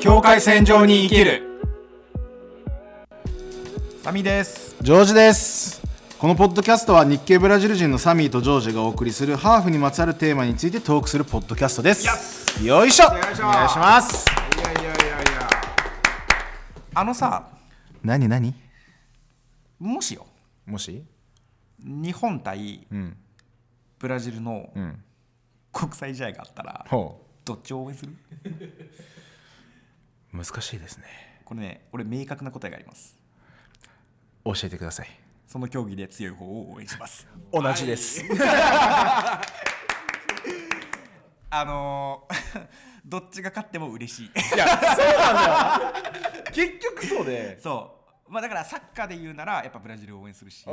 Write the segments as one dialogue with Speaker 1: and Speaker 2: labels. Speaker 1: 境界線上に生きるサミです
Speaker 2: ジョージですこのポッドキャストは日系ブラジル人のサミーとジョージがお送りするハーフにまつわるテーマについてトークするポッドキャストですよいしょお
Speaker 1: よいしょ
Speaker 2: 願いします
Speaker 1: いやいやいやいやあのさ
Speaker 2: 何何
Speaker 1: もしよ
Speaker 2: もし
Speaker 1: 日本対
Speaker 2: ん
Speaker 1: ブラジルの
Speaker 2: ん
Speaker 1: 国際試合があったら、
Speaker 2: ほ
Speaker 1: どっちを応援する
Speaker 2: う難しいですね
Speaker 1: これね俺明確な答えがあります
Speaker 2: 教えてください
Speaker 1: その競技で強い方を応援します
Speaker 2: 同じです、
Speaker 1: あのー どっちが勝っても嬉しい
Speaker 2: 結局そうで、
Speaker 1: そうまあだからサッカーで言うならやっぱブラジルを応援するし、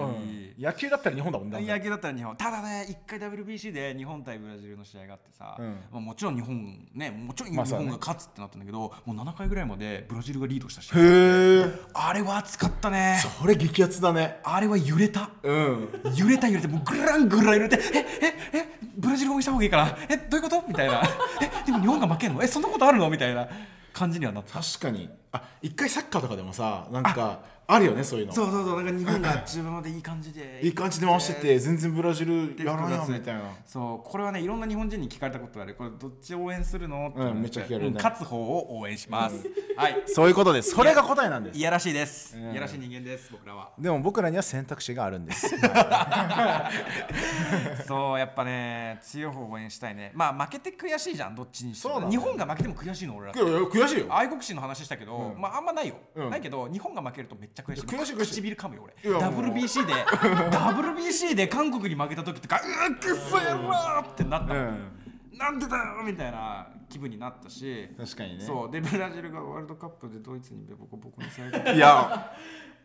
Speaker 2: 野球だったら日本だもんな
Speaker 1: 野球だったら日本ただね一回 WBC で日本対ブラジルの試合があってさ、
Speaker 2: うん
Speaker 1: まあ、もちろん日本ねもちろん日
Speaker 2: まあそう
Speaker 1: 本
Speaker 2: だね
Speaker 1: が勝つってなったんだけど、もう7回ぐらいまでブラジルがリードしたし
Speaker 2: へえ
Speaker 1: あれは熱かったね
Speaker 2: それ激アツだね
Speaker 1: あれは揺れた
Speaker 2: うん
Speaker 1: 揺れた揺れてもうぐらんぐらん揺れてえええブラジル応援した方がいいかなえどういうことみたい なえでも日本が負けんのえそんなことあるのみたいな感じにはなった
Speaker 2: 確かにあ一回サッカーとかでもさなんかあるよねそういうの
Speaker 1: そうそうそうなんか日本が中盤までいい感じで
Speaker 2: いい感じで回してて全然ブラジルやらんやんみたいな
Speaker 1: そうこれはねいろんな日本人に聞かれたことあるこれどっち応援するのって
Speaker 2: うんめっちゃ聞かれるね
Speaker 1: うん勝つ方を応援します、はい
Speaker 2: そういうことですそれが答えなんで
Speaker 1: いやらしいです、いやらしい人間です僕らは
Speaker 2: でも僕らには選択肢があるんです
Speaker 1: そうやっぱね強い方を応援したいねまあ負けて悔しいじゃんどっちにしても
Speaker 2: そうだね
Speaker 1: 日本が負けても悔しいの俺らって
Speaker 2: 悔しいよ
Speaker 1: 愛国心の話したけど、まああんまないよ、
Speaker 2: うん
Speaker 1: ないけど日本が負けるとめっちゃ悔しい
Speaker 2: 悔しい悔しい
Speaker 1: 唇噛むよ
Speaker 2: い
Speaker 1: 俺
Speaker 2: やもう
Speaker 1: WBC で WBC で韓国に負けた時とかうわくっそやろーってなったもん、なんでだよみたいな気分になったし
Speaker 2: 確かにね
Speaker 1: そうでブラジルがワールドカップでドイツにボコボコにされた
Speaker 2: いや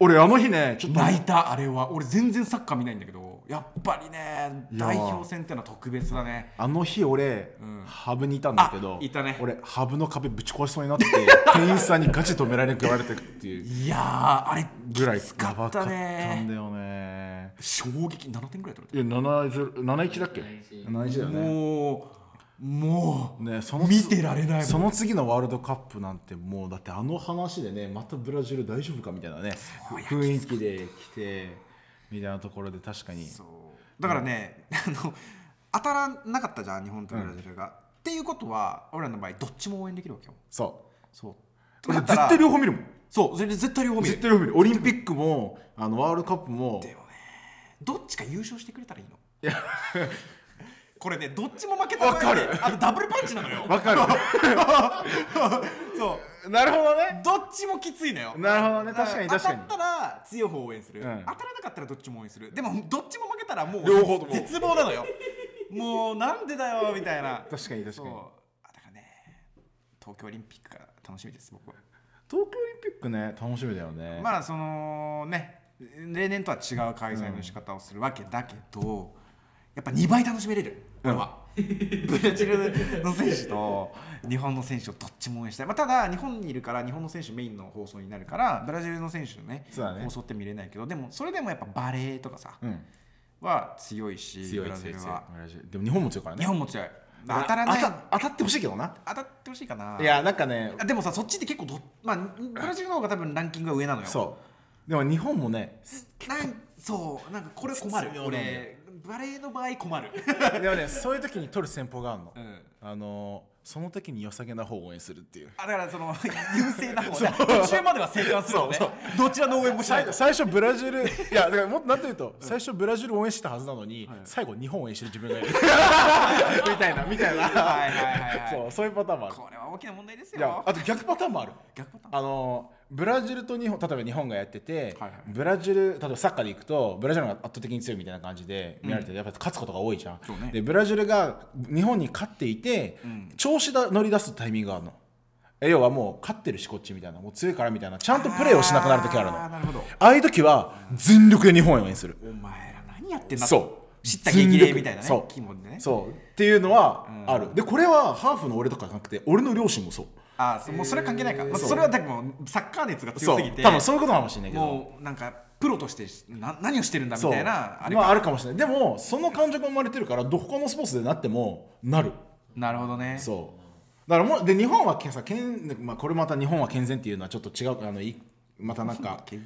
Speaker 2: 俺あの日ねちょっと
Speaker 1: 泣いたあれは俺全然サッカー見ないんだけどやっぱりね
Speaker 2: や
Speaker 1: 代表戦ってのは特別だね
Speaker 2: あの日俺、ハブにいたんだけど
Speaker 1: あいたね
Speaker 2: 俺ハブの壁ぶち壊しそうになって店員さんにガチ止められなく言われてるっていう
Speaker 1: いやーあれ
Speaker 2: ぐらい
Speaker 1: きつか
Speaker 2: やば
Speaker 1: っ
Speaker 2: か
Speaker 1: た
Speaker 2: ったん
Speaker 1: ね
Speaker 2: だよね
Speaker 1: 衝撃7点ぐらい取
Speaker 2: いや71だっけ71だ
Speaker 1: れ
Speaker 2: よ
Speaker 1: た、
Speaker 2: ね
Speaker 1: もうもう、
Speaker 2: ねそのつ
Speaker 1: 見てられないもん
Speaker 2: その次のワールドカップなんてもうだってあの話でねまたブラジル大丈夫かみたいなねふ雰囲気で来てみたいなところで確かに
Speaker 1: そうだからね、あの当たらなかったじゃん日本とブラジルが、っていうことは俺らの場合どっちも応援できるわけよ
Speaker 2: そう
Speaker 1: そう
Speaker 2: 俺
Speaker 1: だっ
Speaker 2: 絶
Speaker 1: たら
Speaker 2: 対両方見るもん
Speaker 1: そうそれで絶対両方見る
Speaker 2: 絶対両方見るオリンピックもあのワールドカップも
Speaker 1: どっちか優勝してくれたらいいのいや これねどっちも負けた場合ねあのダブルパンチなの よ
Speaker 2: わかる
Speaker 1: そう
Speaker 2: なるほどね
Speaker 1: どっちもきついのよ
Speaker 2: なるほどね確かに確かに
Speaker 1: 当たったら強い方を応援する、
Speaker 2: ん
Speaker 1: 当たらなかったらどっちも応援するでもどっちも負けたらもう
Speaker 2: 両方とも
Speaker 1: 絶望なのよもうなんでだよみたいな
Speaker 2: 確かに確
Speaker 1: そ
Speaker 2: か
Speaker 1: う
Speaker 2: に
Speaker 1: あだからね東京オリンピックが楽しみです僕は
Speaker 2: 東京オリンピックね楽しみだよね、
Speaker 1: まあそのね例年とは違う開催の仕方をするわけだけど、やっぱ2倍楽しめれる俺は、ブラジルの選手と日本の選手をどっちも応援したい、まあ、ただ日本にいるから日本の選手メインの放送になるからブラジルの選手のね
Speaker 2: そうだね
Speaker 1: 放送って見れないけどでもそれでもやっぱバレーとかさ、
Speaker 2: うん
Speaker 1: は強いし
Speaker 2: 強
Speaker 1: ブ
Speaker 2: い
Speaker 1: ラ
Speaker 2: 強
Speaker 1: ジ
Speaker 2: い
Speaker 1: ル
Speaker 2: 強い
Speaker 1: は
Speaker 2: ブラジルでも日本も強いからね
Speaker 1: 日本も強いまあ当たらない
Speaker 2: 当た当たってほしいけどな
Speaker 1: 当たってほしいかない
Speaker 2: やなんかね
Speaker 1: あでもさそっちって結構ど、まあ、ブラジルの方が多分ランキングが上なのよ
Speaker 2: そうでも日本もね
Speaker 1: なんそうなんかこれ困る
Speaker 2: 絶妙なんだよ
Speaker 1: 俺バレーの場合困る、
Speaker 2: でもねそういう時に取る戦法があるの、
Speaker 1: うん、
Speaker 2: あのーその時に良さげな方を応援するっていう
Speaker 1: あだからそ の優勢な方ね途中までは生還するのね
Speaker 2: そう
Speaker 1: どちらの応援もしない
Speaker 2: 最最初ブラジ ルいやだからもっとなんていうと最初ブラジル応援してたはずなのに、最後日本を応援してる自分がいるみたいなみたいな
Speaker 1: はいはいはいはい
Speaker 2: そうそういうパターンもある
Speaker 1: これは大きな問題です
Speaker 2: いや
Speaker 1: よ
Speaker 2: あと逆パターンもある
Speaker 1: 逆パターン
Speaker 2: あのーブラジルと日本例えば日本がやってて、
Speaker 1: はいはい
Speaker 2: ブラジル例えばサッカーでいくとブラジルの方が圧倒的に強いみたいな感じで見られて、やっぱ勝つことが多いじゃん、
Speaker 1: そうね
Speaker 2: でブラジルが日本に勝っていて、調子だ乗り出すタイミングがあるのえ要はもう勝ってるしこっちみたいなもう強いからみたいなちゃんとプレーをしなくなる時あるの
Speaker 1: あーなるほど
Speaker 2: ああいう時は全力で日本を応援する。
Speaker 1: お前ら何やってんだ
Speaker 2: そう。
Speaker 1: 知った激励みたいなね
Speaker 2: 全力
Speaker 1: 気分でね
Speaker 2: そう。っていうのはある。で、これはハーフの俺とかじゃなくて、俺の両親もそう。
Speaker 1: あそもうそれは関係ないか、まあ、それはだけもうサッカー熱が
Speaker 2: そ
Speaker 1: 強
Speaker 2: う
Speaker 1: すぎ。て
Speaker 2: 多分そういうことかもしれないけど。
Speaker 1: もうなんかプロとしてな何をしてるんだみ
Speaker 2: そう。
Speaker 1: たいなあれか、
Speaker 2: まあ、あるかもしれない。でも、その感情が生まれてるから、どこのスポーツでなっても、なる。
Speaker 1: なるほどね
Speaker 2: そう。だからもうで日本はけんさけん、まあ、これまた日本は健全っていうのはちょっと違うあのいまたなん か健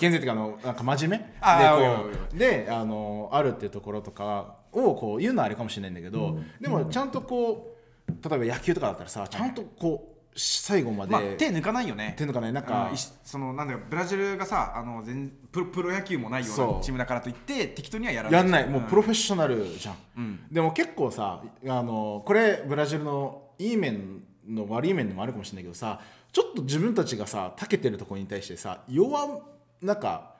Speaker 2: 全っていうかあのなんか真面目
Speaker 1: あー
Speaker 2: で
Speaker 1: わか
Speaker 2: こ
Speaker 1: るわかるわ
Speaker 2: うであのあるっていうところとかをこう言うのはあれかもしれないんだけど、でもちゃんとこう例えば野球とかだったらさちゃんとこう最後まで、
Speaker 1: まあ、手抜かないよね
Speaker 2: 手抜かないなんか、
Speaker 1: うんいしそのなんだろうブラジルがさあの全プロプロ野球もないよう
Speaker 2: そ
Speaker 1: な
Speaker 2: う
Speaker 1: チームだからといって適当にはやらない
Speaker 2: やんないもうプロフェッショナルじゃん、
Speaker 1: うん
Speaker 2: でも結構さあのこれブラジルのいい面の悪い面でもあるかもしれないけどさちょっと自分たちがさ長けてるところに対してさ弱なんか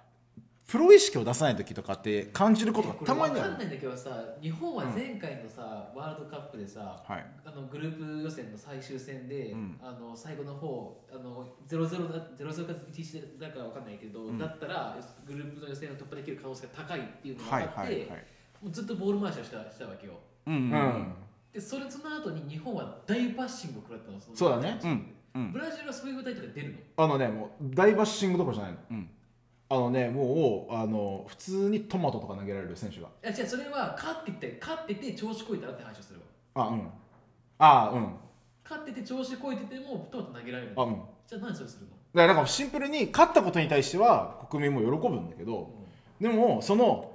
Speaker 2: プロ意識を出さない時とかって感じることがたまにあ
Speaker 3: わかんな
Speaker 2: る
Speaker 3: いんだけどさ日本は前回のさ、ワールドカップでさ、
Speaker 1: はい
Speaker 3: あのグループ予選の最終戦で、
Speaker 1: うん
Speaker 3: あの最後の方あの0-0だ0-0か1-1だかわかんないけど、
Speaker 1: ん
Speaker 3: だったらグループの予選を突破できる可能性が高いっていうのが
Speaker 1: はい
Speaker 3: 分か
Speaker 1: は
Speaker 3: っ
Speaker 1: い
Speaker 3: て、
Speaker 1: はい
Speaker 3: もうずっとボール回しをしたしたわけよ
Speaker 1: うん
Speaker 2: う
Speaker 1: うんん
Speaker 3: でそれその後に日本は大バッシングを食らったのその
Speaker 2: そうだね
Speaker 1: うんうん
Speaker 3: ブラジルはそういう舞台とか出るの
Speaker 2: あのねもう大バッシングどころじゃないの
Speaker 1: うん
Speaker 2: あのねもうあの普通にトマトとか投げられる選手が
Speaker 3: いや違うそれは勝ってて勝ってて調子こいたらって話をするわ
Speaker 2: あうんあうん
Speaker 3: 勝ってて調子こいててもトマト投げられる
Speaker 2: あ
Speaker 3: の
Speaker 2: うん
Speaker 3: じゃあ何それするの
Speaker 2: だからなんかシンプルに勝ったことに対しては国民も喜ぶんだけど、でもその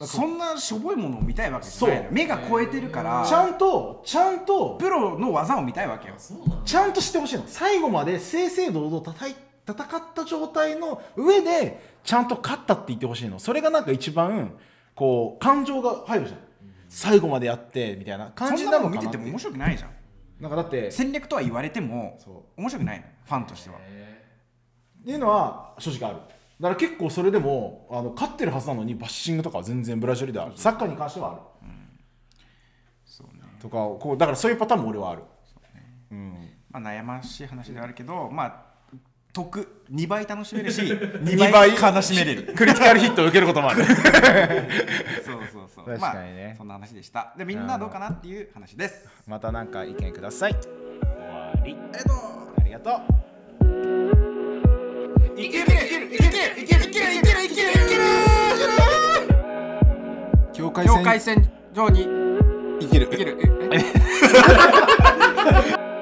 Speaker 1: そんなしょぼいものを見たいわけじゃないの
Speaker 2: そう
Speaker 1: 目が超えてるか
Speaker 3: あ
Speaker 1: ら
Speaker 3: ー
Speaker 2: ちゃんとちゃんと
Speaker 1: プロの技を見たいわけよ
Speaker 3: あそうなの
Speaker 2: ちゃんとしてほしいの最後まで正々堂々戦い戦った状態の上でちゃんと勝ったって言ってほしいのそれがなんか一番こう感情が入るじゃん、最後までやってみたいな
Speaker 1: そ
Speaker 2: 感じ
Speaker 1: ん
Speaker 2: な
Speaker 1: な
Speaker 2: の
Speaker 1: の
Speaker 2: か
Speaker 1: 見
Speaker 2: な
Speaker 1: てても面白くないじゃん
Speaker 2: なんかだって
Speaker 1: 戦略とは言われても
Speaker 2: そう
Speaker 1: 面白くないのファンとしては
Speaker 3: へ
Speaker 2: っていうのは正直あるだから結構それでもあの勝ってるはずなのにバッシングとかは全然ブラジルではあるサッカーに関してはある
Speaker 1: そうね
Speaker 2: とかこうだからそういうパターンも俺はあるうん
Speaker 1: まあ悩ましい話ではあるけどまあ得2倍楽しめる し2
Speaker 2: 2
Speaker 1: 倍
Speaker 2: 倍
Speaker 1: 悲しめれる
Speaker 2: クリティカルヒットを受けることもある
Speaker 1: そうそうそう
Speaker 2: 確かにね
Speaker 1: まあ、そんな話でしたでみんなどうかなっていう話です
Speaker 2: また何か意見ください終わり
Speaker 1: ありがとう
Speaker 2: ありがとう
Speaker 1: いけるいけるいけるいけるいけるいけるいけるいける
Speaker 2: 境界
Speaker 1: 境界線上に
Speaker 2: 生きる
Speaker 1: いけるええ